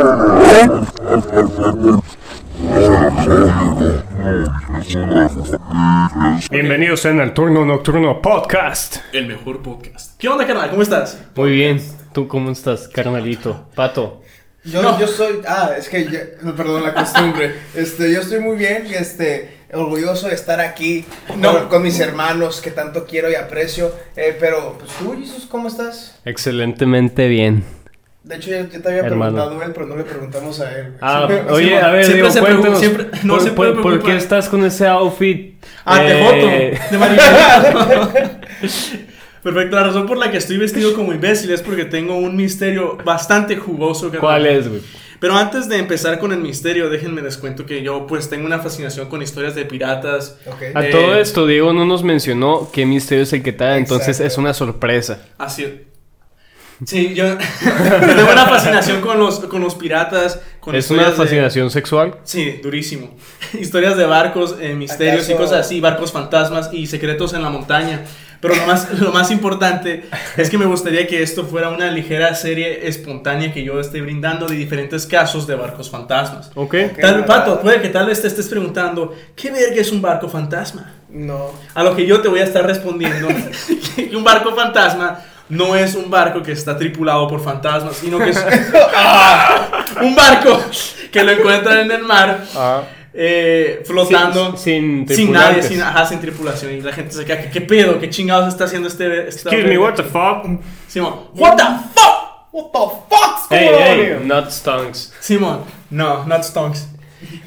sé. Bienvenidos en el turno nocturno podcast. El mejor podcast. ¿Qué onda, carnal? ¿Cómo estás? Muy bien. ¿Tú cómo estás, carnalito? Pato. Yo, yo soy, ah, es que, ya- no, perdón la costumbre, este, yo estoy muy bien, este, orgulloso de estar aquí No. con, con mis hermanos que tanto quiero y aprecio, eh, pero, pues tú, Jesús, ¿cómo estás? Excelentemente bien. De hecho, ya- yo, te había Hermano. preguntado él, pero no le preguntamos a él. Ah, Sí, sí, oye, bueno. a ver, siempre digo, se preocupa- cuéntanos. siempre- no, ¿por, siempre por- me por preocupa. qué estás con ese outfit? Ah, te Eh, foto. De marihuana. Perfecto, la razón por la que estoy vestido como imbécil es porque tengo un misterio bastante jugoso. carnal. ¿Cuál es, güey? Pero antes de empezar con el misterio, déjenme les cuento que yo pues tengo una fascinación con historias de piratas. Ok. A Eh, todo esto, Diego no nos mencionó qué misterio es el que trae, entonces Exacto. es una sorpresa. Así es. Sí, yo tengo una fascinación con los, con los piratas. Con ¿Es una historias de- fascinación sexual? Sí, durísimo. Historias de barcos, eh, misterios y ¿Acaso- cosas así, barcos fantasmas y secretos en la montaña. Pero lo más, lo más importante es que me gustaría que esto fuera una ligera serie espontánea que yo esté brindando de diferentes casos de barcos fantasmas. Ok. Ok. Tal, maravilla. Pato, puede que tal vez te estés preguntando, ¿qué verga es un barco fantasma? No, A lo que yo te voy a estar respondiendo que un barco fantasma no es un barco que está tripulado por fantasmas, sino que es ¡Ah! un barco que lo encuentran en el mar eh, flotando Ah, Sin- sin nadie, tripulantes. sin, ajá, sin tripulación. Y la gente se queda, ¿qué, qué pedo? ¿Qué chingados está haciendo este... esta Excuse me, verga?" what the fuck? Simón, what the fuck? what the fuck, Hey, ¿Cómo lo hey, odio? not stonks. Simón, no, not stonks.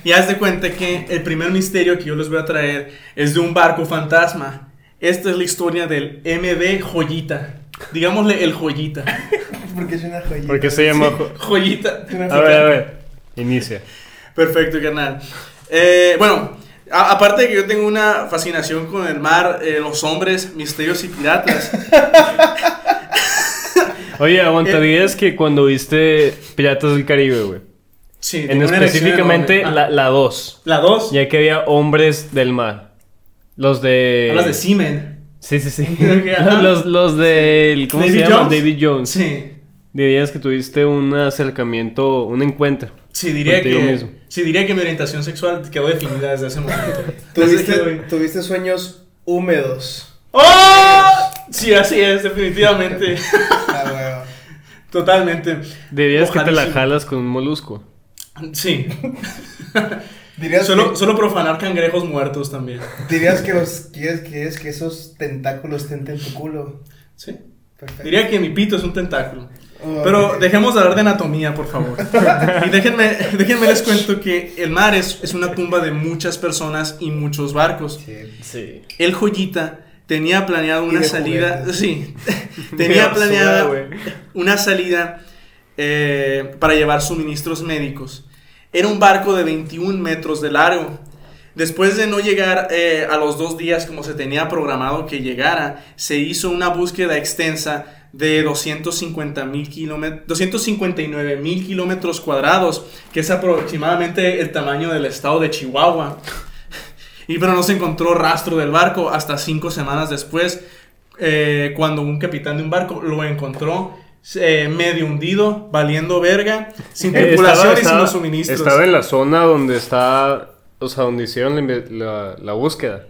Y haz de cuenta que el primer misterio que yo les voy a traer es de un barco fantasma. Esta es la historia del MB Joyita. Digámosle el Joyita. porque es una joyita. Porque se llama... jo- Joyita. A ver, a ver. Inicia. Perfecto, carnal. Eh, bueno, a- aparte de que yo tengo una fascinación con el mar, eh, los hombres, misterios y piratas. Oye, Eh, ¿aguantarías que cuando viste Piratas del Caribe, güey? Sí, En tengo una erección específicamente enorme. la Eh, Ah, la 2. la 2. ya que había hombres del mar. Los de... Hablas de Simen. Sí, sí, sí. Ok, ajá. los, los del... ¿Cómo David se llama? Jones. David Jones. Sí. Dirías que tuviste un acercamiento, un encuentro. Sí, diría Contigo que. Pues mismo. Sí, diría que mi orientación sexual quedó definida desde ese momento. Desde que Tuviste, doy- tuviste sueños húmedos. ¡Oh! Sí, así es, definitivamente. Ah, Totalmente. Dirías Ojalá que te la sí. jalas con un molusco. Sí. Dirías Solo, que- solo profanar cangrejos muertos también. huevo. Dirías que los quieres, quieres que esos tentáculos tenten tu culo. Sí. Perfecto. Diría que mi pito es un tentáculo. Oh, Pero ok. dejemos de hablar de anatomía, por favor. Y déjenme, déjenme les cuento que el mar es, es una tumba de muchas personas y muchos barcos. Sí. Sí. El joyita tenía planeado Y una de salida. juguetes. Sí. tenía basura, planeada güey. una salida eh, para llevar suministros médicos. Era un barco de 21 metros de largo. Después de no llegar eh, a los dos días como se tenía programado que llegara, se hizo una búsqueda extensa de 250 mil kilómetros- 259 mil kilómetros cuadrados, que es aproximadamente el tamaño del estado de Chihuahua. Y pero no se encontró rastro del barco hasta cinco semanas después, eh, cuando un capitán de un barco lo encontró eh, medio hundido, valiendo verga, sin tripulación y sin los suministros. Eh, Estaba en la zona donde está... O sea, donde hicieron la, inve- la- la búsqueda.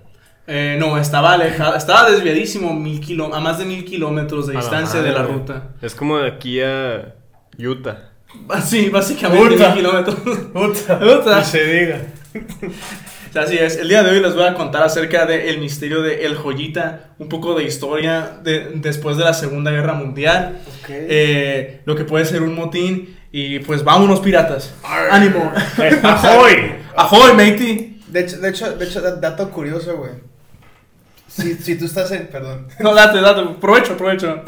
Eh, no, estaba alejado, estaba desviadísimo mil kilo- a más de mil kilómetros de A la distancia de la madre, güey. ruta. Es como de aquí a Utah. Sí, básicamente Puta. mil kilómetros. Puta. Puta. se diga. Así es, el día de hoy les voy a contar acerca del misterio de El Joyita, un poco de historia de- después de la Segunda Guerra Mundial. Ok. eh, lo que puede ser un motín. Y pues vámonos, piratas. ¡Ánimo! Eh, ¡Ahoy! ¡Ahoy, matey! De hecho, de hecho, de hecho, da- dato curioso, güey. Si, si tú estás en. Perdón. No, date, date. Provecho, provecho.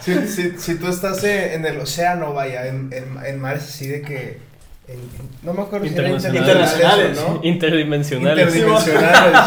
Si, si- si tú estás en, en el océano, vaya, en, en, en mares así de que. en- en- no me acuerdo Internacionales. o no. Interdimensionales. Interdimensionales.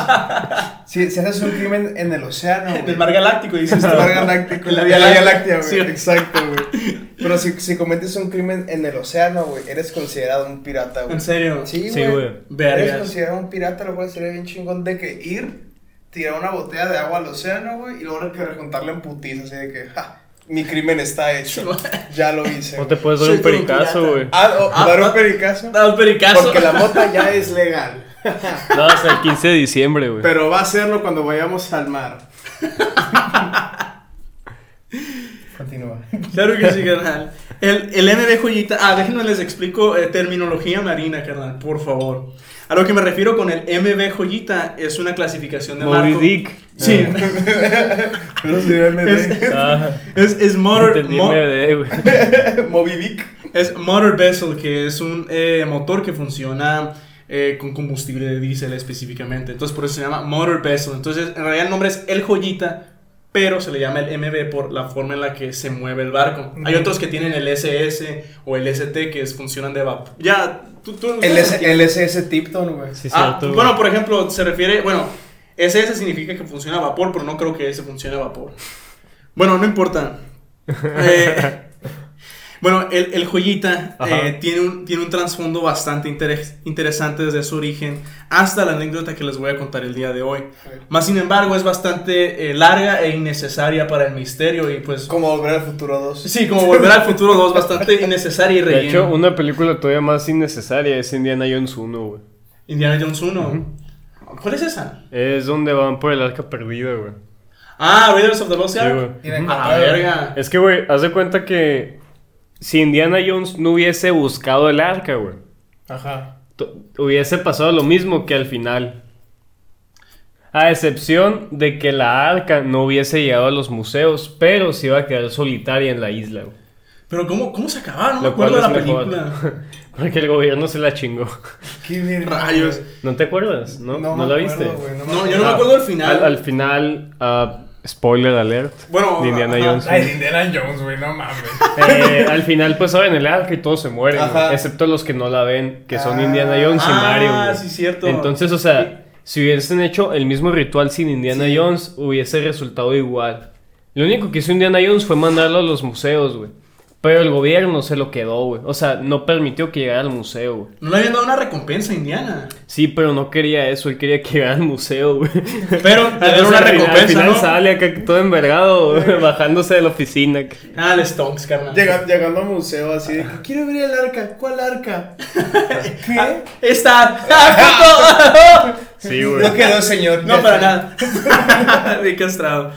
si, si haces un crimen en el océano. güey. En el mar galáctico, dices. tú. En el mar galáctico. En En la Vía Láctea, Sí. güey. Exacto, güey. Pero si, si cometes un crimen en el océano, güey, eres considerado un pirata, güey. ¿En serio? Sí, Sí, güey. güey. Vergas. Eres considerado un pirata, lo cual sería bien chingón de que ir, tirar una botella de agua al océano, güey, y luego que rejuntarla en putiza, así de que, ja, mi crimen está hecho. Ya lo hice. No te puedes dar un Soy como un pericazo, pirata. güey. Ah, o- Ah, dar un ah, pericazo. Da un pericazo. Porque la mota ya es legal. No, hasta el 15 de diciembre, güey. Pero va a serlo cuando vayamos al mar. Continúa. Claro que sí, carnal. El, el MB joyita. Ah, déjenme les explico eh, terminología marina, carnal, por favor. A lo que me refiero con el MB joyita es una clasificación de Moby barco. Dick. Sí, Los de Ah, es, es motor. entendí mo- Ah, MD, güey. MD. Moby Dick. Es motor vessel, que es un eh, motor que funciona eh, con combustible de diésel específicamente. Entonces, por eso se llama motor vessel. Entonces, en realidad el nombre es el joyita, pero se le llama el MB por la forma en la que se mueve el barco. Hay Ujú. otros que tienen el SS o el ST que es- funcionan de vapor. Ya, tú, tú- El, ustedes S- entienden. el SS Tipton, güey. Sí, Ah, cierto, güey. bueno, por ejemplo, se refiere, bueno, SS significa que funciona a vapor, pero no creo que ese funcione a vapor. Bueno, no importa. Eh, bueno, el, el joyita Ajá. eh, tiene, un, tiene un trasfondo bastante interes- interesante desde su origen hasta la anécdota que les voy a contar el día de hoy. Más sin embargo, es bastante eh, larga e innecesaria para el misterio y pues... Como volver al futuro 2. Sí, como volver al futuro 2, bastante innecesaria y De relleno. hecho, una película todavía más innecesaria es Indiana Jones 1, güey. Indiana Jones 1. ¿Cuál es esa? Es donde van por el arca perdida, güey. Ah, Raiders of the Lost Sí, Ark. güey. A la verga. Es que, güey, haz de cuenta que si Indiana Jones no hubiese buscado el arca, güey, Ajá. to- hubiese pasado lo mismo que al final. A excepción de que la arca no hubiese llegado a los museos, pero se iba a quedar solitaria en la isla, güey. Pero ¿cómo, cómo se acababa? No me Lo cual acuerdo de la es mejor. película. Porque el gobierno se la chingó. Qué bien. Rayos. ¿No te acuerdas? ¿No, ¿No, la viste? No, yo no me acuerdo del final. Al, al final, ah, spoiler alert. Bueno, de Indiana ajá. Jones. Ay, de Indiana Jones, güey, no mames. Eh, al final, pues saben el arca y todos se mueren, Ajá. güey, excepto los que no la ven, que son Ah. Indiana Jones y Ah, Mario. güey. sí, cierto. Entonces, o sea, si hubiesen hecho el mismo ritual sin Indiana Sí. Jones, hubiese resultado igual. Lo único que hizo Indiana Jones fue mandarlo a los museos, güey. Pero el gobierno se lo quedó, güey. O sea, no permitió que llegara al museo, güey. No le habían dado una recompensa a Indiana. Sí, pero no quería eso, él quería que llegara al museo, güey. Pero le dieron una Al final- recompensa, Al final ¿no? sale acá todo envergado, güey, bajándose de la oficina. Ah, el Stonks, carnal. Llega- llegando al museo así de que quiero ver el arca. ¿Cuál arca? ¿Qué? Está. ¡Ah, puto! Sí, güey. No quedó, señor. no, Ya para está. nada. De castrado.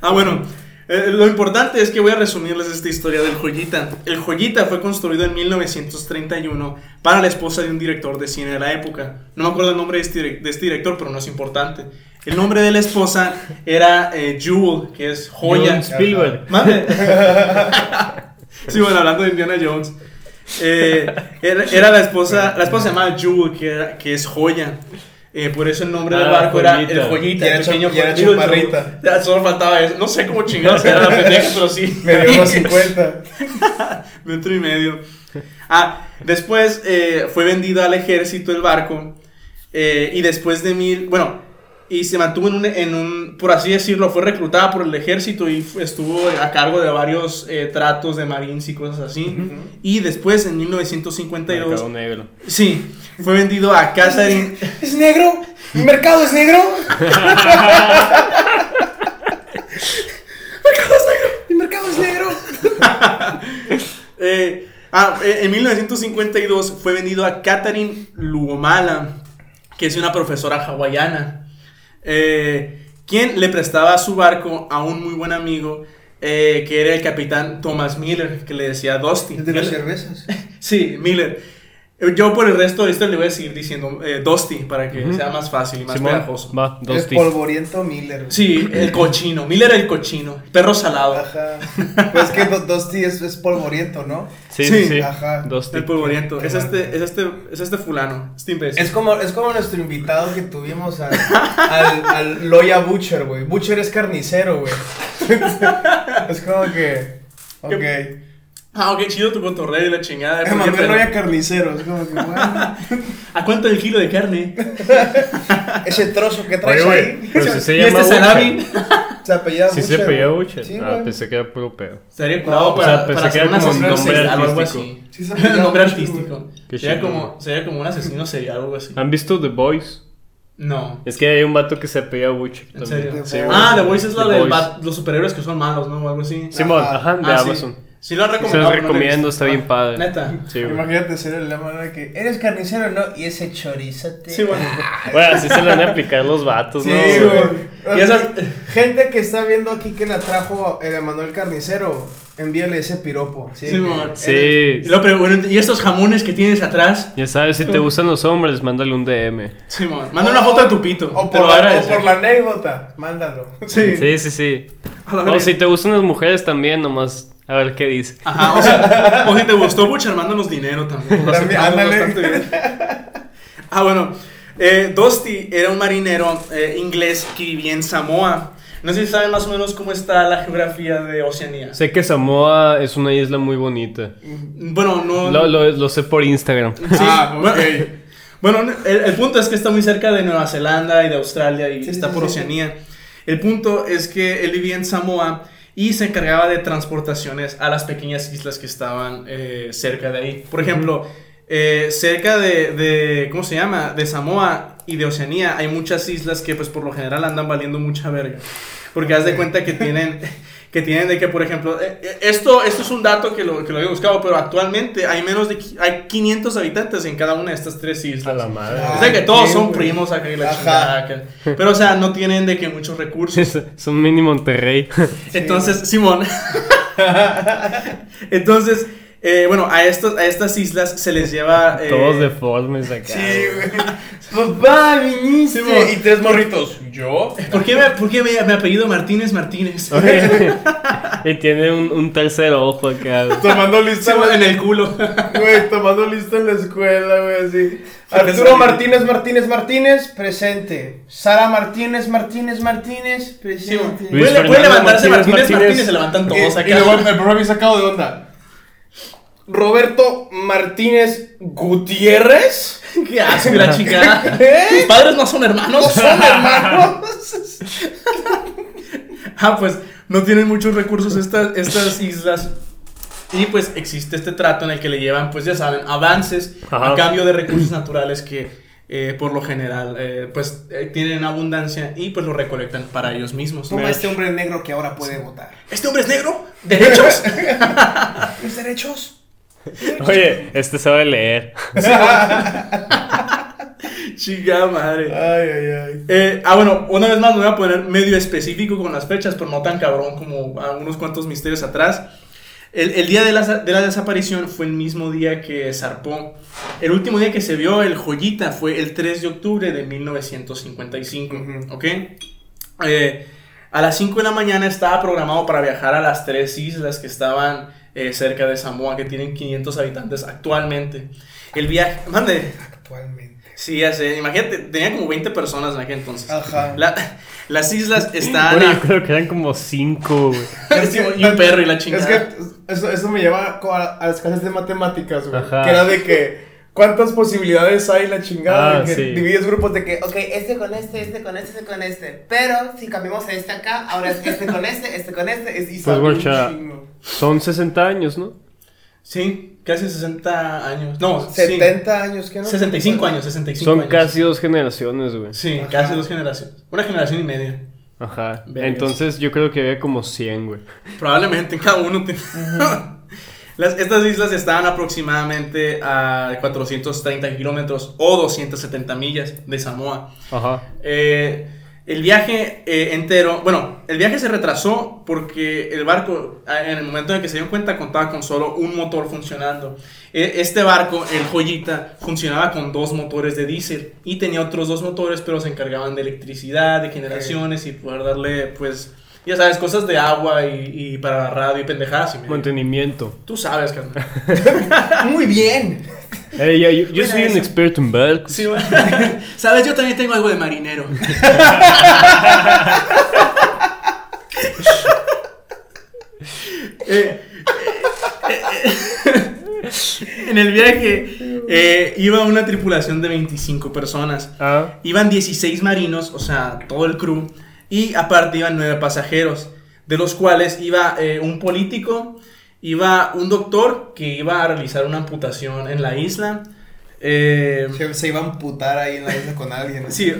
Ah, bueno. eh, lo importante es que voy a resumirles esta historia del joyita. El joyita fue construido en 1931 para la esposa de un director de cine de la época. No me acuerdo el nombre de este, direc- de este director, pero no es importante. El nombre de la esposa era eh, Jewel, que es Steven joya. Spielberg. Mande. sí, bueno, hablando de Indiana Jones. Eh, era, era la esposa, la esposa se llamaba Jewel, que, era- que es joya. Eh, por eso el nombre del Ah, barco era el joyita. joyita, Y era el pequeño chap- y era joyita. chaparrita. Ya, solo faltaba eso. No sé cómo chingados era la pendeja, pero sí. Me dio unos 50. Metro y medio. Ah, después eh, fue vendido al ejército el barco. eh, y después de mil. Bueno, y se mantuvo en un, en un- Por así decirlo, fue reclutada por el ejército y fu- estuvo a cargo de varios eh, tratos de marines y cosas así. Y después, en 1952. Mercado negro. Sí, fue vendido a Catherine. ¿Es negro? ¿Mi mercado es negro? ¿Mi mercado es negro? Eh, ah, eh, en 1952 fue vendido a Catherine Luomala, que es una profesora hawaiana, eh, quien le prestaba su barco a un muy buen amigo, eh, que era el capitán Thomas Miller, que le decía Dusty. ¿El de las Yo le- cervezas? Sí, Miller. Eh, Yo por el resto de esto le voy a seguir diciendo eh, Dusty para que sea más fácil y más Simón, pegajoso. va, El dos tis. polvoriento Miller. güey. Sí, el cochino. Miller el cochino. Perro salado. Ajá. Pues que Do- Dusty es, es polvoriento, ¿no? Sí, Sí. sí, sí. Ajá. Dos El tis. polvoriento. Qué Es mal. este, es este, es este fulano. Este imbécil. Es como, es como nuestro invitado que tuvimos al, al, al Loya Butcher, güey. Butcher es carnicero, güey. es como que. Ok. Ah, ok, chido tu cotorreo y la chingada. ¿por qué, Emanuel pero? Loya carnicero. Es como que, bueno. ¿A cuánto el kilo de carne? Ese trozo que Oye, traes güey, ahí. pero si se ¿Y llama este salami? Butcher. Se apellida Si se Butcher, pilló güey. Butcher. Sí, ah, güey. pensé que era puro pedo. Estaría curado No, para, o sea, pensé para que hacer era un como asesino nombre serial o algo artístico. así. Sí, se apellida nombre Butcher, artístico. güey. Qué Sería chingón. como, sería como un asesino serial o algo así. ¿Han visto The Boys? No. Es que hay un vato que se apellida Butcher ¿En también. serio? Sí, güey. Ah, The Voice es la The de Voice. los superhéroes que son malos, ¿no? O algo así. Simón, ajá, de Ah, sí. Amazon. Sí, lo has Se los recomendado. pero no lo he recomiendo, visto. está bien padre. Neta. Sí, güey. Imagínate ser el lema ¿no? que eres carnicero, ¿no? Y ese chorizote. Sí, bueno. Bueno, así se le van a aplicar los vatos, Sí, pues, ¿no? güey. Y esas- Gente que está viendo aquí que la trajo el Emanuel Carnicero, envíale ese piropo. Sí, Sí, mon. Sí. Y, lo pregunto, ¿y estos jamones que tienes atrás? Ya sabes, si te gustan los hombres, mándale un DM. Simón, manda una foto de tu pito. O te lo por, la, va a o agradecer. por la anécdota, mándalo. Sí. Sí, sí, sí. A la O verga. si te gustan las mujeres también, nomás a ver qué dice. Ajá, o, sea, o si te gustó Butcher, mándanos dinero también. Lo También, aceptamos ándale. bastante bien. Ah, bueno. Eh, Dosti era un marinero eh, inglés que vivía en Samoa. No sé si saben más o menos cómo está la geografía de Oceanía. Sé que Samoa es una isla muy bonita. Bueno, no. Lo, lo- lo sé por Instagram. Sí, Ah, ok. Bueno, bueno, el, el punto es que está muy cerca de Nueva Zelanda y de Australia y Sí, está sí, por sí, sí. Oceanía. El punto es que él vivía en Samoa y se encargaba de transportaciones a las pequeñas islas que estaban eh, cerca de ahí. Por ejemplo, eh, cerca de, de- ¿cómo se llama? De Samoa y de Oceanía hay muchas islas que pues por lo general andan valiendo mucha verga. Porque haz de cuenta que tienen... Que tienen de que, por ejemplo, eh, eh, esto, esto es un dato que lo, que lo había buscado, pero actualmente hay menos de qui- hay 500 habitantes en cada una de estas tres islas. madre. Ah. Es de que todos qué son güey. primos acá y la Ajá. chingada acá. Pero, o sea, no tienen de que muchos recursos. Es un mini Monterrey. Entonces, Simón. Entonces, eh, bueno, a, estos, a estas islas se les lleva. eh, Todos deformes acá. Sí, güey. Papá, viniste. Sí, mon. y tres morritos. ¿Yo? ¿Por qué, me, por qué me, me apellido Martínez Martínez? y tiene un, un tercer ojo acá. güey. Tomando Sí, lista, bueno, en güey. el culo. Ah, Güey, tomando lista en la escuela, güey, así. Pensaba- Arturo Martínez Martínez Martínez, presente. Sara Martínez Martínez Martínez, Sí, bueno. presente. Luis Puede, puede Fernando levantarse Martínez Martínez Martínez, Martínez. se levantan todos Y, acá. y luego el profe me sacado de onda. Roberto Martínez Gutiérrez. ¿Qué asco ah, la chingada? ¿Eh? ¿Tus padres no son hermanos? No son hermanos. Ah, pues no tienen muchos recursos estas, estas islas. Y pues existe este trato en el que le llevan, pues ya saben, avances Ajá. a cambio de recursos naturales que eh, por lo general eh, pues eh, tienen abundancia y pues lo recolectan para ellos mismos. Toma este hombre negro que ahora puede votar. ¿Este hombre es negro? ¿Derechos? ¿Mis derechos? Oye, este sabe leer. Chica madre. Ay, ay, ay. Eh, ah, bueno, una vez más me voy a poner medio específico con las fechas, pero no tan cabrón como a unos cuantos misterios atrás. El, el día de la, de la desaparición fue el mismo día que zarpó. El último día que se vio el joyita fue el 3 de octubre de 1955, Ujú. ¿ok? Eh, a las 5 de la mañana estaba programado para viajar a las tres islas que estaban eh, cerca de Samoa, que tienen 500 habitantes actualmente. El viaje... Mande. Actualmente. Sí, ya sé. Imagínate, tenía como 20 personas en aquel entonces. Ajá. La- las islas están. Oye, a- yo creo que eran como cinco, güey. Es Sí, y un perro y la chingada. Es que eso, eso me lleva co- a, a las clases de matemáticas, güey. Ajá. Que era de que, ¿cuántas posibilidades hay la chingada? Ah, que sí. divides grupos de que, "Oh, Ok, este con este, este con este, este con este. Pero si cambiamos a este acá, ahora es este con este, este con este. Es, y Pues, son- güey, cha- Son 60 años, ¿no? Sí, casi 60 años. No, sí. 70 años, ¿qué no? 65 años, 65 Son años. casi dos generaciones, güey. Sí, Ajá. casi dos generaciones. Una generación y media. Ajá. Vergas. Entonces yo creo que había como 100, güey. Probablemente en cada uno. te- Las, estas islas estaban aproximadamente a 430 kilómetros o 270 millas de Samoa. Ajá. Eh, el viaje eh, entero, bueno, el viaje se retrasó porque el barco, a- en el momento en que se dieron cuenta, contaba con solo un motor funcionando. E- Este barco, el Joyita, funcionaba con dos motores de diésel y tenía otros dos motores, pero se encargaban de electricidad, de generaciones y poder darle, pues, ya sabes, cosas de agua y, y para radio y pendejadas. y media. Mantenimiento. Tú sabes, carnal. Muy bien. Eh, ya, yo, yo soy eso. un experto en barcos. Sí, bueno. Sabes, yo también tengo algo de marinero. Eh, en el viaje eh, iba una tripulación de 25 personas. Ah, Iban 16 marinos, o sea, todo el crew. Y aparte iban 9 pasajeros, de los cuales iba eh, un político, iba un doctor que iba a realizar una amputación en la isla. Eh, Se, se iba a amputar ahí en la isla con alguien. sí,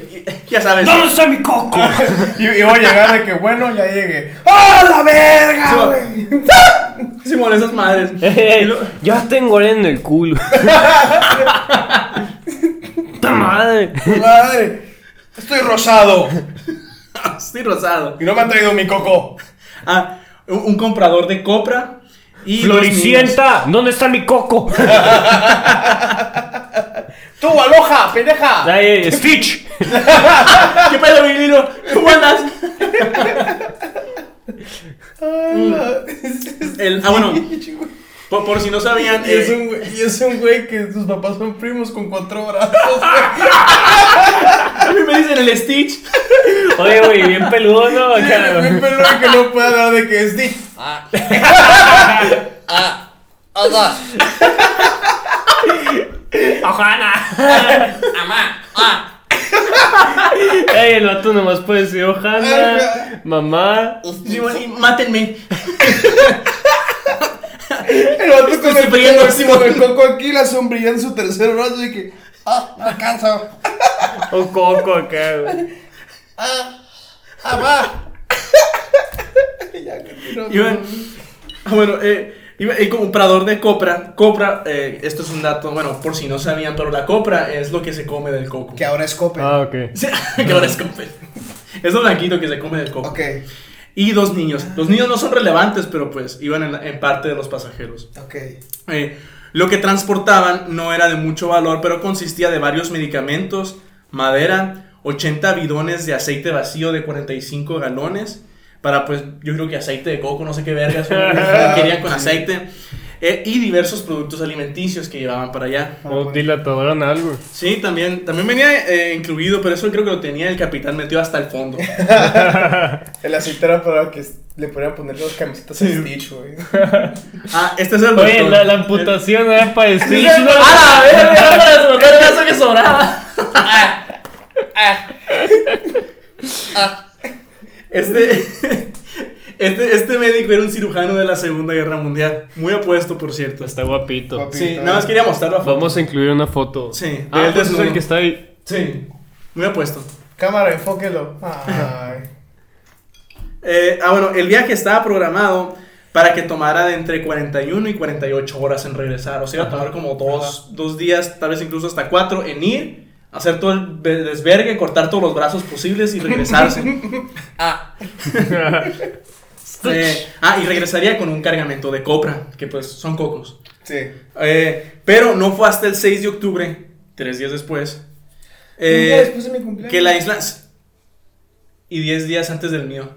ya sabes. está mi coco? Y iba a llegar de que, bueno, ya llegué. ¡Ah, la verga, güey! Simón, esas madres. Y lo- yo tengo en el culo. ¡Puta madre! ¡Madre! Estoy rosado. Estoy rosado. Y no me han traído mi coco. Ah, un, un comprador de copra. Y dos niños. ¡Floricienta! ¿Dónde está mi coco? ¡Tú, aloja, pendeja! Ay, Stitch. ¿Qué pedo, mi Lilo? ¿Cómo andas? El- ah, bueno, por, por si no sabían, Y es, eh, un, güey- y es un güey que sus papás son primos con cuatro brazos. a mí me dicen el Stitch. Oye, güey, bien peludo, ¿no? Acá. Muy pelón que no puede hablar de que es Dick. Ey, el vato nomás puede decir Ojana, mamá. Simón, y mátenme. El vato con el, friendo, con el- Simón. con el coco aquí, la sombrilla en su tercer brazo y que. ¡Ah, me alcanza! O coco acá, güey. ¡Ah, va! Ya, continúa. Y bueno, ah, bueno, eh, iba- el comprador de copra, copra, eh, esto es un dato, bueno, por si no sabían, pero la copra es lo que se come del coco. Que ahora es Copen. Ah, ok. Sí, que ahora es coco. Es lo blanquito que se come del coco. Ok, Y dos niños. Ah. Los niños no son relevantes, pero pues iban en, la- en parte de los pasajeros. ok. Eh, lo que transportaban no era de mucho valor, pero consistía de varios medicamentos, madera, 80 bidones de aceite vacío de 45 galones, para pues yo creo que aceite de coco, no sé qué vergas, querían con aceite, eh, y diversos productos alimenticios que llevaban para allá. O dilataron algo. Sí, también, también venía eh, incluido, pero eso creo que lo tenía el capitán metido hasta el fondo. El aceite era para que le pudieran poner las camisetas a Stitch, güey. Ah, este es el Oye, doctor. la, la amputación eh, era para Stitch, ¿no? ¡A la verga! Era para desmontar el brazo que sobraba. Este, este, este médico era un cirujano de la Segunda Guerra Mundial. Muy apuesto, por cierto. Está guapito. Guapi- Sí, nada más quería mostrarlo a foto. Vamos a incluir una foto. Sí, de Ah, él pues es desnudo. el que está ahí. Sí, muy apuesto. Cámara, enfóquelo. Ay. Eh, ah, bueno, el viaje estaba programado para que tomara de entre 41 y 48 horas en regresar. O sea, iba a tomar como dos, dos días, tal vez incluso hasta cuatro, en ir, hacer todo el be- desvergue, cortar todos los brazos posibles y regresarse. ah. Eh, ah, y regresaría con un cargamento de copra, que pues son cocos. Sí. Eh, pero no fue hasta el 6 de octubre, tres días después, Un día eh, después de mi cumpleaños. que la isla. Y 10 días antes del mío.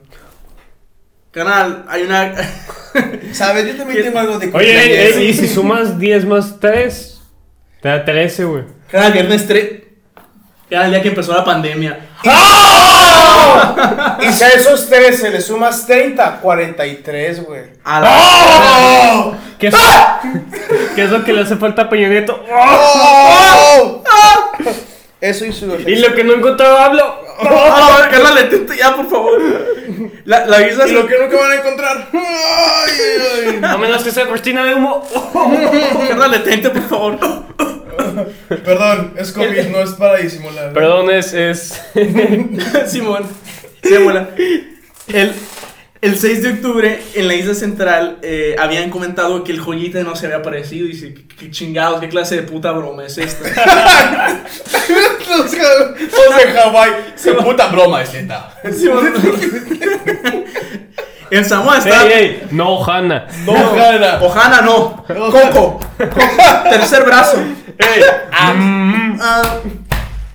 Canal, hay una. Sabes, yo también ¿Qué- tengo algo de Oye, cumpleaños. ey, ey, y si sumas 10 más 3, te da 13, güey. Canal, viernes 3. Era el día que empezó la pandemia. Y si a esos tres se le sumas 30, 43, güey. A la- ¡Oh! ¿Qué es, ¡Ah! ¿Qué es lo que le hace falta a Peña Nieto? ¡Oh! Eso y su Y lo que no encontraba hablo. A la- Carnal, detente ya, por favor. La, la isla Y se- lo que nunca van a encontrar. Ay, ay, A menos que sea cortina de humo. Carnal, detente, por favor. ay. Perdón, es COVID, no es para disimular. Perdón, es. es... Simón. Se vuela. El, el 6 de octubre, en la isla central, eh, habían comentado que el joyita no se había aparecido. Y dice, "Qué- qué chingados, qué clase de puta broma es esta. Los ja- los de Hawái. Se puta broma es neta. Simón. en Samoa está. ¡Ey, ey! No, Hanna. No, cara. Ojana no. Coco. Tercer brazo. ¡Ey! Ah,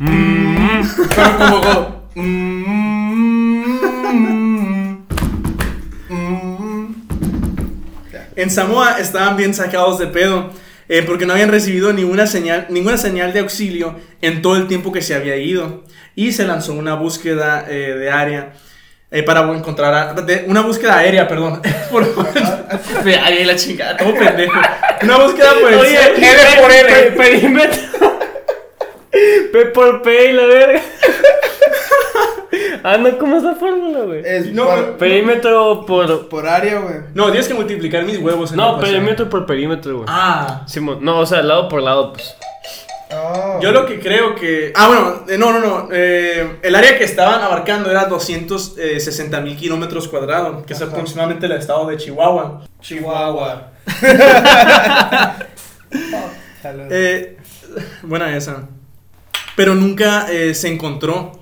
Pero como go- Mm, mm. en Samoa estaban bien sacados de pedo. eh, porque no habían recibido ninguna señal, ninguna señal de auxilio en todo el tiempo que se había ido. Y se lanzó una búsqueda eh, de área. eh, para encontrar a- de- una búsqueda aérea, perdón. Por- de área y la chingada, todo pendejo. Una búsqueda pues, por el Oye, cielo. L por L. Perímetro. P por P y la verga. Ah, no, ¿cómo es la fórmula, güey? Es No, por, Perímetro por. por área, güey. No, tienes que multiplicar mis huevos. en la No, ecuación. perímetro por perímetro, güey. Ah. Simón, no, o sea, lado por lado, pues. Ah, Oh. Yo lo que creo que. Ah, bueno, eh, no, no, no. eh, el área que estaban abarcando era 260 mil kilómetros cuadrados, que es Ajá. aproximadamente el estado de Chihuahua. Chihuahua. Salud. Eh, buena esa. Pero nunca eh, se encontró.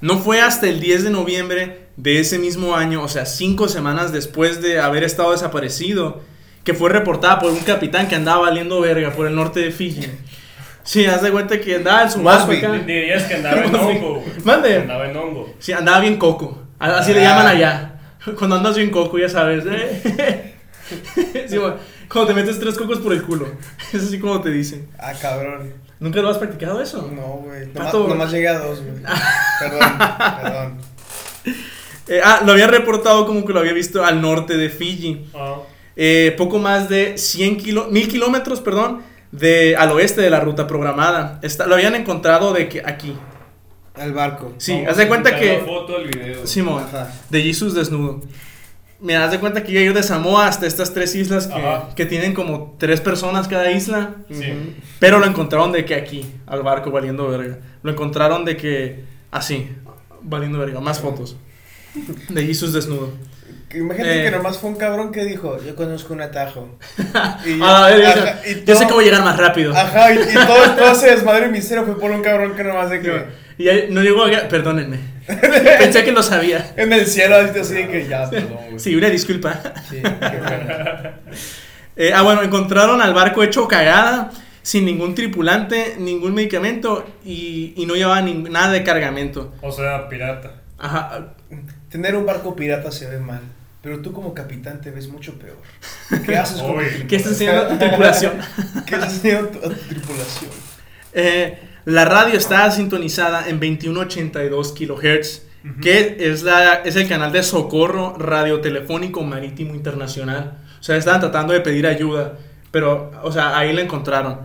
No fue hasta el 10 de noviembre de ese mismo año, o sea, cinco semanas después de haber estado desaparecido, que fue reportada por un capitán que andaba valiendo verga por el norte de Fiji. Sí, haz de cuenta que andaba en su barco Wasby. acá. Dirías que andaba en hongo, güey. Mande. Andaba en hongo. Sí, andaba bien coco. A- Así le Ah. llaman allá. Cuando andas bien coco, ya sabes. ¿eh? Sí, bueno, cuando te metes tres cocos por el culo. Es así como te dicen. Ah, cabrón. ¿Nunca lo has practicado eso? No, güey. Nomás, Pato. nomás llegué a dos, güey. Perdón, perdón. Eh, ah, lo había reportado como que lo había visto al norte de Fiji. Ah, Eh, poco más de 100 kilo, mil kilómetros, perdón, de, al oeste de la ruta programada. Está- lo habían encontrado de que aquí. El barco. Sí, haz de cuenta que... ah, foto del video. Simón, Ajá. de Jesus desnudo. Mira, haz de cuenta que iba a ir de Samoa hasta estas tres islas que, Ajá. que tienen como tres personas cada isla. Sí. Ujú. Pero lo encontraron de que aquí, al barco valiendo verga. Lo encontraron de que así, valiendo verga. Más fotos. De Jesus desnudo. Imagínate Eh. que nomás fue un cabrón que dijo, yo conozco un atajo. Y, Ah, eh, ajá, dice, y yo sé todo- cómo llegar más rápido. Ajá, y, y todo, todo ese desmadre y misterio fue por un cabrón que nomás de que... Y ahí no llegó a... Perdónenme. Pensé que lo sabía. En el cielo, así, así de que ya, perdón, güey. Sí, una disculpa. Sí, qué pena. Eh, ah, bueno, encontraron al barco hecho cagada, sin ningún tripulante, ningún medicamento y, y no llevaba nin- nada de cargamento. O sea, pirata. Ajá. Tener un barco pirata se ve mal, pero tú como capitán te ves mucho peor. ¿Qué haces con tu Uy. tripulación? ¿Qué está haciendo tu tripulación? ¿Qué estás haciendo tu- a tu tripulación? Eh, la radio está sintonizada en 2182 kilohertz, que es, la, es el canal de socorro radiotelefónico marítimo internacional. O sea, estaban tratando de pedir ayuda, pero, o sea, ahí la encontraron.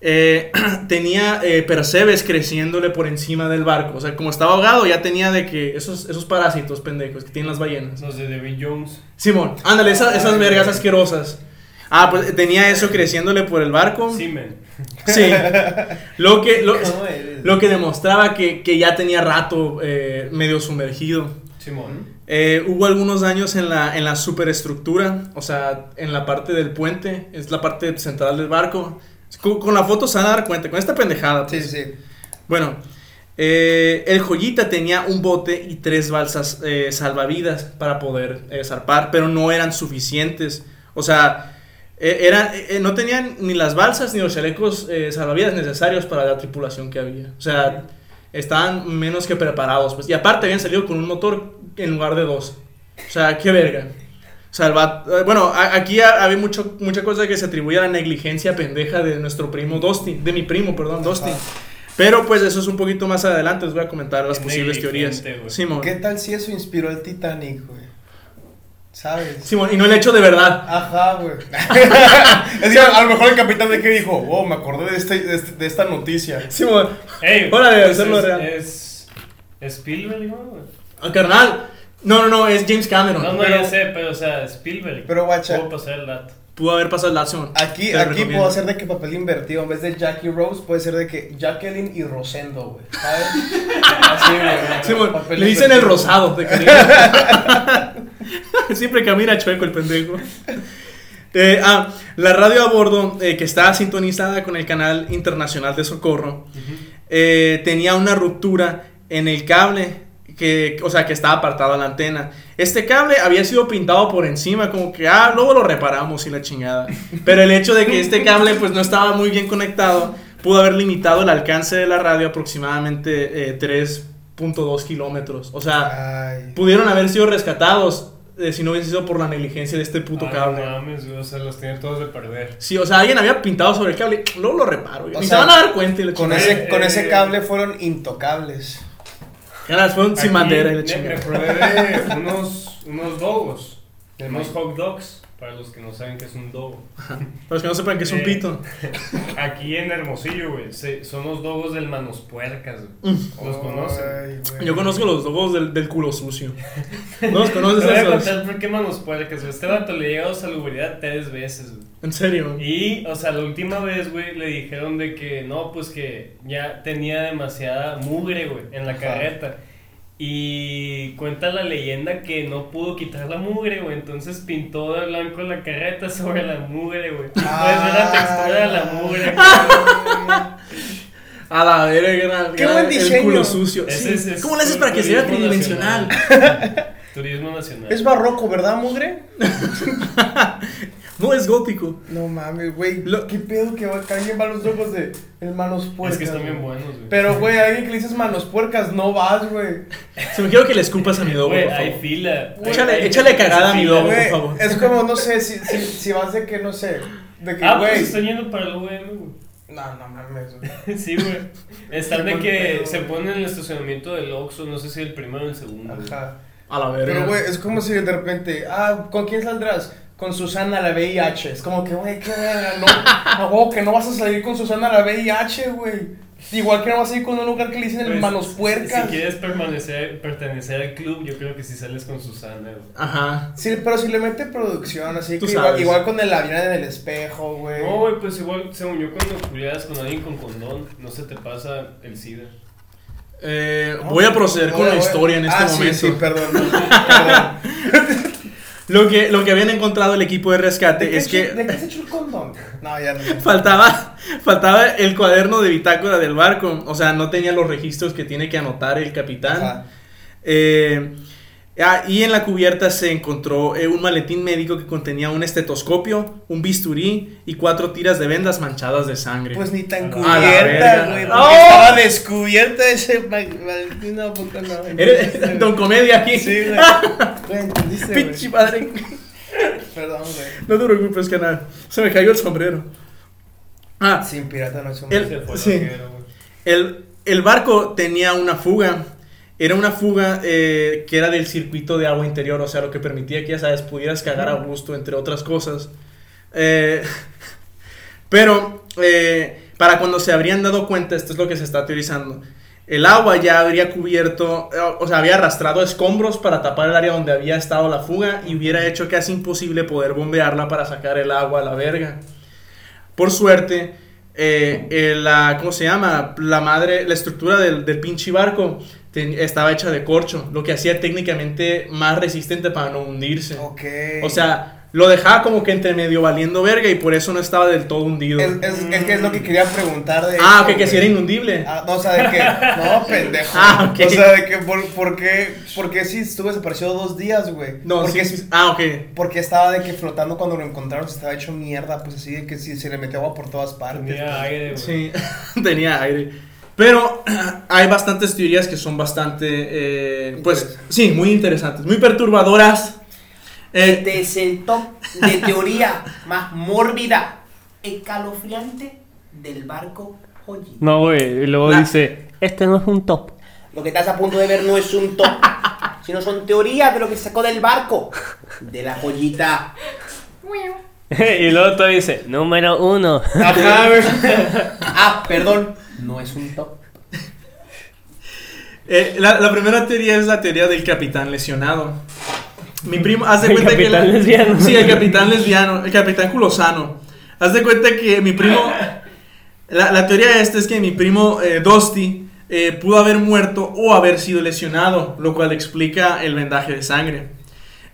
Eh, tenía eh, percebes creciéndole por encima del barco. O sea, como estaba ahogado, ya tenía de que esos, esos parásitos pendejos que tienen las ballenas. Los de David Jones. Simón, ándale, esas, esas vergas asquerosas. Ah, pues tenía eso creciéndole por el barco. Simen. Sí. Lo que, lo, ¿Cómo eres? lo que demostraba que, que ya tenía rato eh, medio sumergido. Simón. Eh, hubo algunos daños en la, en la superestructura, o sea, en la parte del puente, es la parte central del barco. Con, con la foto se van a dar cuenta, con esta pendejada. Sí, pues. sí. Bueno, eh, el joyita tenía un bote y tres balsas eh, salvavidas para poder eh, zarpar, pero no eran suficientes. O sea, eh, eran, eh, eh, no tenían ni las balsas ni los chalecos eh, salvavidas necesarios para la tripulación que había. O sea, estaban menos que preparados. Pues. Y aparte habían salido con un motor en lugar de dos. O sea, qué verga. O sea, el vato- eh, bueno, a- aquí ha- había mucho, mucha cosa que se atribuye a la negligencia pendeja de nuestro primo Dosti, de mi primo, perdón, Dosti. Pero pues eso es un poquito más adelante, les voy a comentar las Es posibles teorías. negligente, güey. Simón. ¿Qué tal si eso inspiró el Titanic, güey? ¿Sabes? Simón, y no el hecho de verdad. Ajá, güey. es que a lo mejor el capitán de qué dijo, oh, me acordé de, este, de, este- de esta noticia. Simón, Ey, Hora de pues hacerlo es, real. Es. es Spielberg, ¿no? güey? ah, carnal. No, no, no, es James Cameron. No, no, pero ya sé, pero o sea, Spielberg. Pero, guacha. Puedo pasar el dato. Pudo haber pasado el Simón. Aquí, Te lo aquí recomiendo. puedo hacer de que papel invertido, en vez de Jackie Rose, puede ser de que Jacqueline y Rosendo, güey. ¿Sabes? Así, güey. Simón, Papel le dicen el invertido. rosado de cariño. Siempre camina chueco el pendejo. Eh, ah, la radio a bordo, eh, que está sintonizada con el canal internacional de socorro, eh, tenía una ruptura en el cable, que, o sea, que estaba apartado a la antena. Este cable había sido pintado por encima, como que, ah, luego lo reparamos y la chingada. Pero el hecho de que este cable pues no estaba muy bien conectado, pudo haber limitado el alcance de la radio aproximadamente eh, 3.2 kilómetros. O Ah. sea, Ay. pudieron haber sido rescatados eh, si no hubiese sido por la negligencia de este puto Ah, cable. No mames, güey, o sea, los tiene todos de perder. Sí, o sea, alguien había pintado sobre el cable. Luego lo reparo. O Y se sea, van a dar cuenta. Y la Con chingada. ese, con ese Eh. cable fueron intocables. Ganas, fueron sin Aquí madera y la me- Me chingada. probé de unos, unos dogos. Unos hot dogs. Para los que no saben qué es un dogo. Para los que no sepan que es un Eh. pito. Aquí en Hermosillo, güey, se- son los dogos del Manos Puercas, güey. Mm. Los conocen. Ay, güey. Yo conozco los dogos del, del culo sucio. ¿No los Te conoces voy a esos? contar por qué Manos Puercas, güey. Este vato le llegó salubridad tres veces, güey. En serio. Y, o sea, la última vez, güey, le dijeron de que no, pues que ya tenía demasiada mugre, güey, en la carreta. Y cuenta la leyenda que no pudo quitar la mugre, güey. Entonces pintó de blanco la carreta sobre la mugre, güey. Puedes ver Ah. Ah. la textura de la mugre. güey. A la verga. Qué buen El diseño. culo sucio. Ese Sí. es- es ¿Cómo le haces para que sea turismo tridimensional? nacional. Turismo nacional. Es barroco, ¿verdad, mugre? No es gótico. No mames, güey. Lo- ¿Qué pedo que va, que alguien va a los ojos de el manos puercas? Es que están bien güey? buenos, güey. Pero, güey, a alguien que le dices manos puercas, no vas, güey. Se me quiero que le escupas a mi dogo, Güey, por hay favor. fila. Hay- Échale- hay- échale hay cagada a mi fila, dogo, güey. Güey, favor. es como, no sé, si, si, si vas de que, no sé, de que, Ah, güey. pues están yendo para el UVM, güey. No, no mames, güey. Sí, güey. Están de Qué buen que pedo, se güey. pone en el estacionamiento del Oxxo, no sé si el primero o el segundo. güey. Ajá. A la verga. Pero, güey, es como si de repente, ah, ¿con quién saldrás? Con Susana la VIH. Es como que, güey, qué verga, no. A huevo que no vas a salir con Susana la VIH, güey. Igual que no vas a ir con un lugar que le dicen el Pues, manos si- puercas. Si quieres permanecer, pertenecer al club, yo creo que si sales con Susana, güey. Ajá. Sí, pero si le mete producción, así Tú que igual, sabes. igual con el avión en el espejo, güey. No, güey, pues igual, según yo, cuando culiadas con alguien con condón, no se te pasa el SIDA. Eh, voy a proceder con la Ahora, güey. historia en este Ah, sí, momento. Sí, perdón. perdón. Lo, que, lo que habían encontrado el equipo de ¿De rescate qué es chu- que ¿De qué se echó el condón? No, ya no. faltaba, faltaba el cuaderno de bitácora del barco. O sea, no tenía los registros que tiene que anotar el capitán. Ajá. Eh, ah, y en la cubierta se encontró eh, un maletín médico que contenía un estetoscopio, un bisturí y cuatro tiras de vendas manchadas de sangre. Pues ni tan A la cubierta, verga. güey. Porque ¡Oh! Estaba descubierta ese. ma- ma- No, puta, no. Eres Don Comedia aquí. Sí, güey. Güey, entendiste, güey. Pinche padre. Perdón, güey. No te preocupes, canal. Se me cayó el sombrero. Ah, Sin pirata no es un. El- Se fue sí. lo que era, güey. el, el barco tenía una fuga. Era una fuga eh, que era del circuito de agua interior, o sea, lo que permitía que, ya sabes, pudieras cagar a gusto, entre otras cosas. Eh, pero, eh, para cuando se habrían dado cuenta, esto es lo que se está teorizando, el agua ya habría cubierto, eh, o sea, había arrastrado escombros para tapar el área donde había estado la fuga y hubiera hecho casi imposible poder bombearla para sacar el agua a la verga. Por suerte, eh, eh, la, ¿cómo se llama? La madre, la estructura del, del pinche barco ten- estaba hecha de corcho, lo que hacía técnicamente más resistente para no hundirse. Ok. O sea, lo dejaba como que entre medio valiendo verga y por eso no estaba del todo hundido. Es, es, es que es lo que quería preguntar de. Mm. ah, eso, ok, que si güey. era inundible. Ah, no, o sea, de que. No, pendejo. Ah, ok. O sea, de que. ¿Por, por qué? ¿Por qué sí estuvo desaparecido dos días, güey? no, porque, sí, sí, Ah, ok. porque estaba de que flotando cuando lo encontraron, se estaba hecho mierda, pues así de que sí, se le metió agua por todas partes. Tenía aire, güey. Sí, tenía aire. Pero hay bastantes teorías que son bastante, eh, pues, Interesantes. sí, muy interesantes, muy perturbadoras. Eh, Este es el top de teoría más mórbida, escalofriante del barco Hoji. No, güey, y luego La- dice, este no es un top. Lo que estás a punto de ver no es un top, sino son teorías de lo que se sacó del barco, de la joyita. y luego todo dice, número uno. Ajá, güey. Ah, perdón, no es un top. Eh, la, la primera teoría es la teoría del capitán lesionado. Mi primo, haz de El cuenta que. capitán lesbiano. Sí, el capitán lesbiano, el capitán culosano. Haz de cuenta que mi primo. La, la teoría esta es que mi primo eh, Dosti eh, pudo haber muerto o haber sido lesionado, lo cual explica el vendaje de sangre.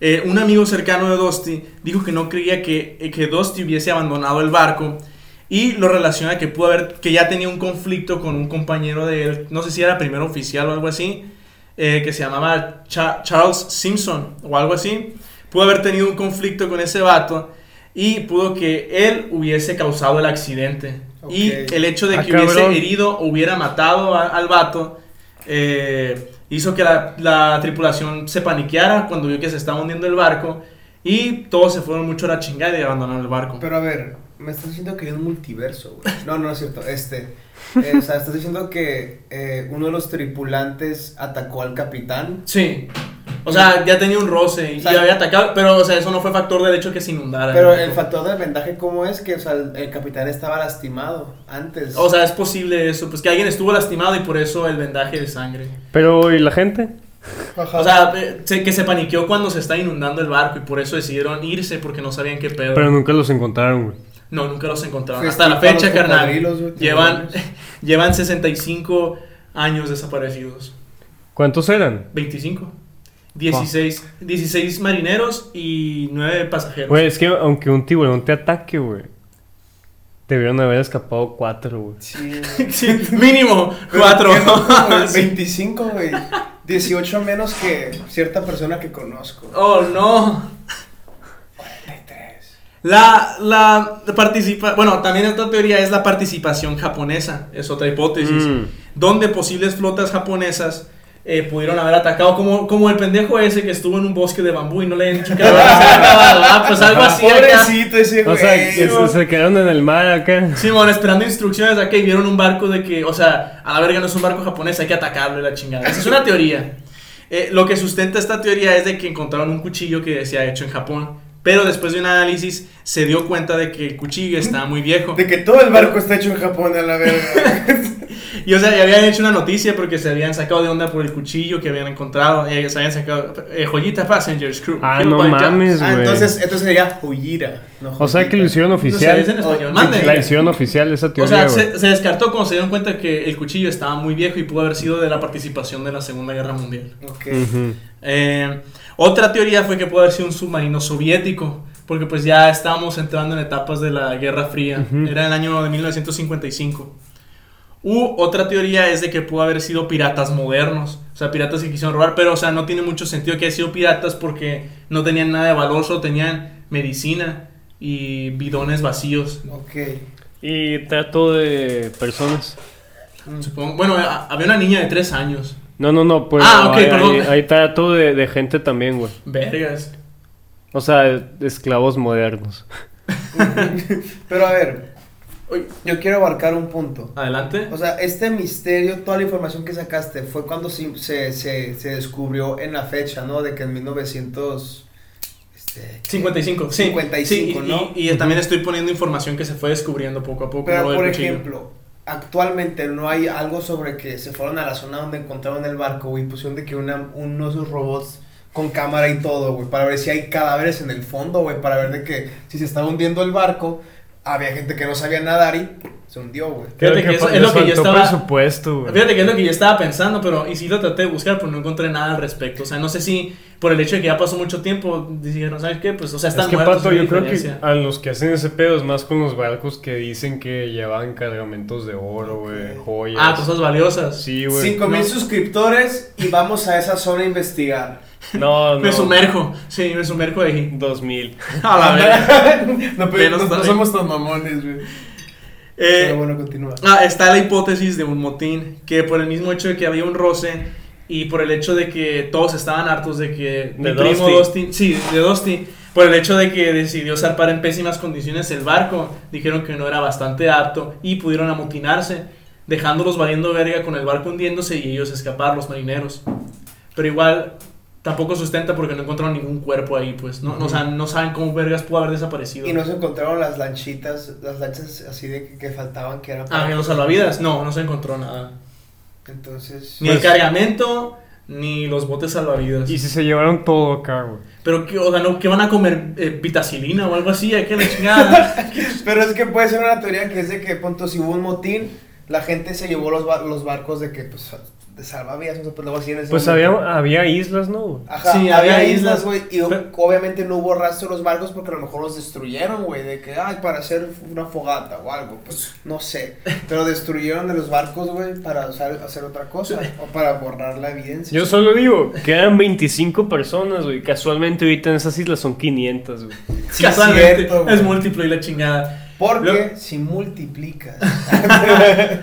Eh, un amigo cercano de Dosti dijo que no creía que, eh, que Dosti hubiese abandonado el barco y lo relaciona que pudo haber, que ya tenía un conflicto con un compañero de él, no sé si era primer oficial o algo así, eh, que se llamaba Cha- Charles Simpson o algo así. Pudo haber tenido un conflicto con ese vato y pudo que él hubiese causado el accidente. Ok. Y el hecho de Ah, que hubiese cabrón. herido o hubiera matado a- al vato eh, hizo que la, la tripulación se paniqueara cuando vio que se estaba hundiendo el barco y todos se fueron mucho a la chingada y abandonaron el barco. Pero a ver, me estás diciendo que hay un multiverso, güey. No, no es cierto. Este. eh, o sea, estás diciendo que eh, uno de los tripulantes atacó al capitán. Sí. O sea, ya tenía un roce y O sea, ya había atacado, pero o sea, eso no fue factor del hecho que se inundara. Pero el factor del vendaje, ¿cómo es? Que o sea, el, el capitán estaba lastimado antes. O sea, es posible eso, pues que alguien estuvo lastimado y por eso el vendaje de sangre. Pero, ¿y la gente? Ajá. O sea, eh, se- que se paniqueó cuando se está inundando el barco y por eso decidieron irse porque no sabían qué pedo. Pero nunca los encontraron, güey. No, nunca los encontraron. Hasta Festival la para fecha, los cocodrilos, carnal. güey, Llevan, tiburones. llevan 65 años desaparecidos. ¿Cuántos eran? 25. 16, 16 marineros y 9 pasajeros. Güey, es que aunque un tiburón te ataque, güey. Debieron haber escapado cuatro, güey. Sí, güey. Sí, mínimo Pero 4. tiene como 25, güey. 18 menos que cierta persona que conozco. Oh, no. 43. La, la participa... Bueno, también otra teoría es la participación japonesa. Es otra hipótesis. Mm. Donde posibles flotas japonesas eh, pudieron haber atacado. Como, como el pendejo ese que estuvo en un bosque de bambú y no le han dicho que había acabado. Ah, pues algo así. acá. Pobrecito ese güey. O sea, que se, güey. se quedaron en el mar acá. Simón, esperando instrucciones acá y vieron un barco de que, o sea, a la verga no es un barco japonés, hay que atacarlo y la chingada. Esa es una teoría. Eh, lo que sustenta esta teoría es de que encontraron un cuchillo que se ha hecho en Japón, pero después de un análisis se dio cuenta de que el cuchillo estaba muy viejo. De que todo el barco está hecho en Japón a la verga. Y o sea, ya habían hecho una noticia porque se habían sacado de onda por el cuchillo que habían encontrado. eh, se habían sacado eh, joyita Passenger Crew. Ah, no mames, Ah, güey. entonces, entonces sería Hujira. no O sea, que lo Jujira. hicieron oficial. en español. Oh, Manden. La hicieron oficial esa O teoría, sea, güey. se, se descartó cuando se dieron cuenta que el cuchillo estaba muy viejo y pudo haber sido de la participación de la Segunda Guerra Mundial. Ok. Ujú. Eh, otra teoría fue que pudo haber sido un submarino soviético, porque pues ya estábamos entrando en etapas de la Guerra Fría. Ujú. Era el año de 1955. U otra teoría es de que pudo haber sido piratas modernos, o sea, piratas que quisieron robar, pero o sea, no tiene mucho sentido que hayan sido piratas porque no tenían nada de valor, solo tenían medicina y bidones vacíos. Ok. Y trato de personas. Supongo- Bueno, a- había una niña de 3 años. No, no, no, pues. Ah, ok, hay, perdón. hay- hay trato de, de gente también, güey. Vergas. O sea, esclavos modernos. Pero a ver, Uy, yo quiero abarcar un punto. Adelante. O sea, este misterio, toda la información que sacaste fue cuando se, se, se, se descubrió en la fecha, ¿no? De que en 1900... Este, 55, sí. 55, Sí, y- ¿no? Y, y también estoy poniendo información que se fue descubriendo poco a poco. Pero, lo del por cuchillo. ejemplo, actualmente no hay algo sobre que se fueron a la zona donde encontraron el barco, güey, y pusieron de que una, unos robots con cámara y todo, güey, para ver si hay cadáveres en el fondo, güey, para ver de que si se estaba hundiendo el barco, había gente que no sabía nadar y se hundió, güey. Fíjate que eso es lo que yo estaba- presupuesto, güey. Fíjate que es lo que yo estaba pensando, pero y si lo traté de buscar, pues no encontré nada al respecto. O sea, no sé si por el hecho de que ya pasó mucho tiempo, dijeron, ¿sabes qué? Pues, o sea, Es están que, muertos. Pato, no hay yo creo que diferencia". a los que hacen ese pedo es más con los barcos que dicen que llevan cargamentos de oro, güey, joyas. Ah, cosas valiosas. Sí, güey. Cinco mil no. suscriptores y vamos a esa zona a investigar. No, no. Me sumerjo. Sí, me sumerjo ahí. Dos mil. A la verga. Pero no, pero no, está no bien. somos tan mamones, güey. Eh, pero bueno, continúa. Ah, está la hipótesis de un motín, que por el mismo hecho de que había un roce y por el hecho de que todos estaban hartos de que mi De primo Dosti. Dosti, sí, de Dosti, por el hecho de que decidió zarpar en pésimas condiciones el barco, dijeron que no era bastante apto y pudieron amotinarse, dejándolos valiendo verga con el barco hundiéndose y ellos escapar, los marineros. Pero igual tampoco sustenta porque no encontraron ningún cuerpo ahí, pues, no, no, o sea, no saben cómo vergas pudo haber desaparecido. Y no se encontraron las lanchitas, las lanchas así de que, que faltaban, que eran Ah, que los salvavidas, no, no se encontró nada. Entonces. Ni el cargamento, ni los botes salvavidas. Pues- Y si se llevaron todo acá, güey. Pero, ¿qué, o sea, ¿no? ¿qué van a comer? Eh, ¿Vitacilina o algo así? ¿A qué la chingada? Pero es que puede ser una teoría que es de que, punto, si hubo un motín, la gente se llevó los, ba- los barcos de que, pues, de salvavidas, no sé, pues luego así en ese Pues había, momento. había islas, ¿no? güey? Ajá, Sí, había, había islas, islas, güey, y pero- obviamente no hubo rastro de los barcos porque a lo mejor los destruyeron, güey, de que, ay, para hacer una fogata o algo, pues, no sé, pero destruyeron de los barcos, güey, para usar, hacer otra cosa, o para borrar la evidencia. Yo solo digo, quedan 25 personas, güey. Casualmente ahorita en esas islas son 500, güey. Sí, Casualmente, cierto, güey. es múltiplo y la chingada. Porque Lo- si multiplicas.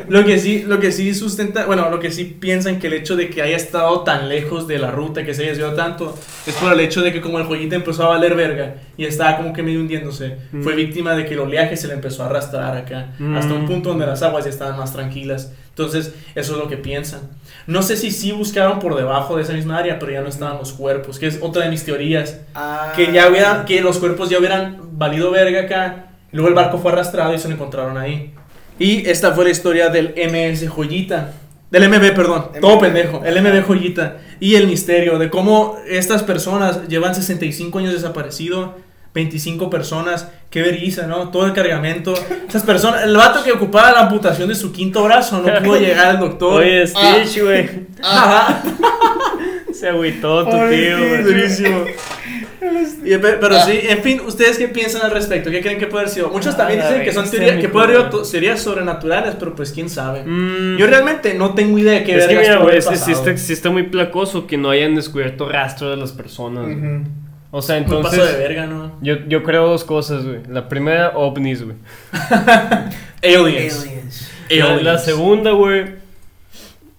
Lo que sí, lo que sí sustenta, bueno, lo que sí piensan que el hecho de que haya estado tan lejos de la ruta, que se haya desviado tanto, es por el hecho de que como el joyita empezó a valer verga y estaba como que medio hundiéndose, Mm. fue víctima de que el oleaje se le empezó a arrastrar acá, Mm. hasta un punto donde las aguas ya estaban más tranquilas. Entonces, eso es lo que piensan. No sé si sí buscaron por debajo de esa misma área, pero ya no estaban los cuerpos, que es otra de mis teorías. Ah. Que ya hubiera, que los cuerpos ya hubieran valido verga acá. Luego el barco fue arrastrado y se lo encontraron ahí. Y esta fue la historia del MS Joyita. Del MB, perdón. MB. Todo pendejo. El MB Joyita. Y el misterio de cómo estas personas llevan 65 años desaparecido, 25 personas, qué vergüenza, ¿no? Todo el cargamento. Esas personas, el vato que ocupaba la amputación de su quinto brazo no pudo llegar al doctor. Oye, Ah. Stitch, güey. Ajá. Se agüitó tu Ay, tío, güey. durísimo. Y pe- Ah. pero sí, en fin, ¿ustedes qué piensan al respecto? ¿Qué creen que puede haber sido? Muchos Ah, también la dicen que son bestia, teorías, mi que puede haber pobre. sido to- teorías sobrenaturales, pero pues quién sabe. Mm. Yo realmente no tengo idea de qué es que vergas mira, pudo güey, haber sí, sí pasado. está, sí está muy placoso que no hayan descubierto rastro de las personas. güey. Ujú. O sea, Un paso de entonces. verga, ¿no? Yo, yo creo dos cosas, güey. La primera, ovnis, güey. Aliens. La, Aliens. la segunda, güey.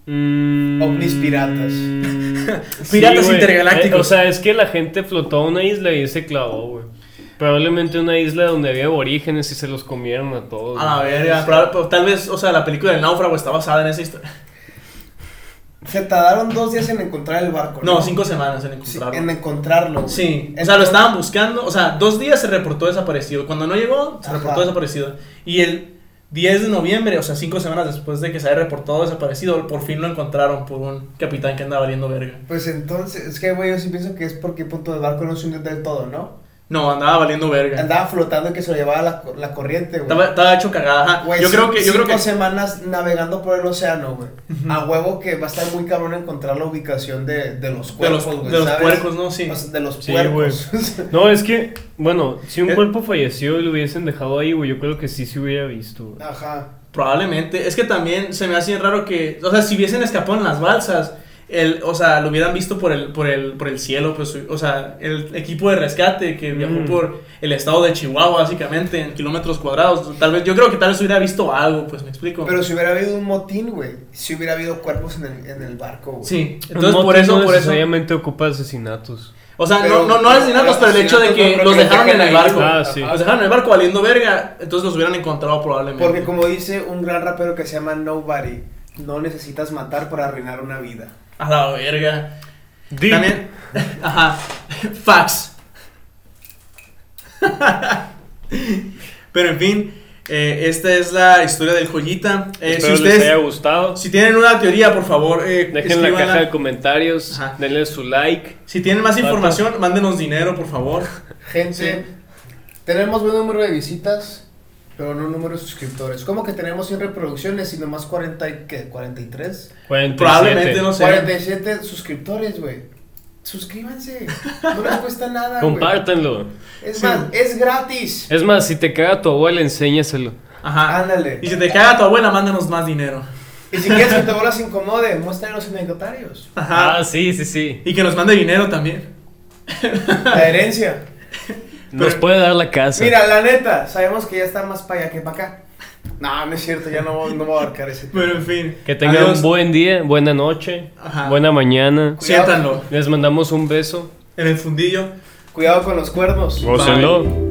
mm, Ovnis piratas. mm, sí, Piratas güey. intergalácticos. Eh, o sea, es que la gente flotó a una isla y se clavó, güey. Probablemente una isla donde había aborígenes y se los comieron a todos. A la güey. verga. proba- pero tal vez, o sea, la película del náufrago está basada en esa historia. Se tardaron dos días en encontrar el barco. No, cinco semanas en Sí, encontrarlo. en encontrarlo. güey. Sí, o sea, Entonces- lo estaban buscando, o sea, dos días se reportó desaparecido, cuando no llegó, se Ajá. reportó desaparecido, y el 10 de noviembre, o sea, cinco semanas después de que se había reportado desaparecido, por fin lo encontraron por un capitán que andaba valiendo verga. Pues entonces, es que, güey, yo sí pienso que es porque punto del barco no se hundió del todo, ¿no? No, andaba valiendo verga. Andaba flotando que se lo llevaba la, co- la corriente, güey. Estaba, estaba hecho cagada, ajá. Güey, yo cin- creo que, yo creo cinco que... semanas navegando por el océano, güey. A huevo que va a estar muy cabrón encontrar la ubicación de, de los De los, cuerpos, güey, de los ¿sabes? puercos, ¿no? Sí. O sea, de los Sí, puercos. No, es que, bueno, si un Eh. cuerpo falleció y lo hubiesen dejado ahí, güey, yo creo que sí se hubiera visto, güey. Ajá. Probablemente. Es que también se me hace bien raro que. O sea, si hubiesen escapado en las balsas. El, o sea, lo hubieran visto por el, por el, por el cielo, pues, o sea, el equipo de rescate que viajó Mm. por el estado de Chihuahua, básicamente, en kilómetros cuadrados. Tal vez, yo creo que tal vez hubiera visto algo, pues, me explico. Pero si hubiera habido un motín, güey, si hubiera habido cuerpos en el, en el barco, güey. sí, Un entonces por motín eso, no por eso. necesariamente ocupa asesinatos. O sea, Pero- no, no, no asesinatos, pero el hecho de que asesinatos no los creo dejaron que en dejen el ahí. barco. Ah, sí. Ajá. Los dejaron en el barco valiendo verga, entonces los hubieran encontrado probablemente. Porque como dice un gran rapero que se llama Nobody, no necesitas matar para arruinar una vida. A la verga. Deep. También. Ajá. Fax. Pero en fin, eh, esta es la historia del joyita. Eh, si Espero les haya ustedes. gustado. Si tienen una teoría, por favor, eh, Dejen en la escríbanla. caja de comentarios, Ajá. denle su like. Si tienen más Vato. información, mándenos dinero, por favor. Gente, tenemos buen número de visitas, pero no número de suscriptores. ¿Cómo que tenemos 100 reproducciones y nomás 40 y qué? ¿43? 47. Probablemente no sé. 47 suscriptores, güey. Suscríbanse, no les cuesta nada, güey. Compártanlo. Es Sí. más, es gratis. Es más, si te caga tu abuela, enséñaselo. Ajá. Ándale. Ah. Y si te caga tu abuela, mándanos más dinero. Y si quieres que tu abuela se incomode, muéstranos en comentarios. Ajá. Ah, sí, sí, sí. Y que nos mande dinero también. La herencia. Nos Pero- puede dar la casa. Mira, la neta, sabemos que ya está más para allá que para acá. No, no es cierto, ya no, no voy a abarcar ese tema. Pero en fin. que tengan Adiós. un buen día, buena noche, Ajá. buena mañana. Cuidado. Siéntanlo Les mandamos un beso. en el fundillo. Cuidado con los cuernos. Gócenlo.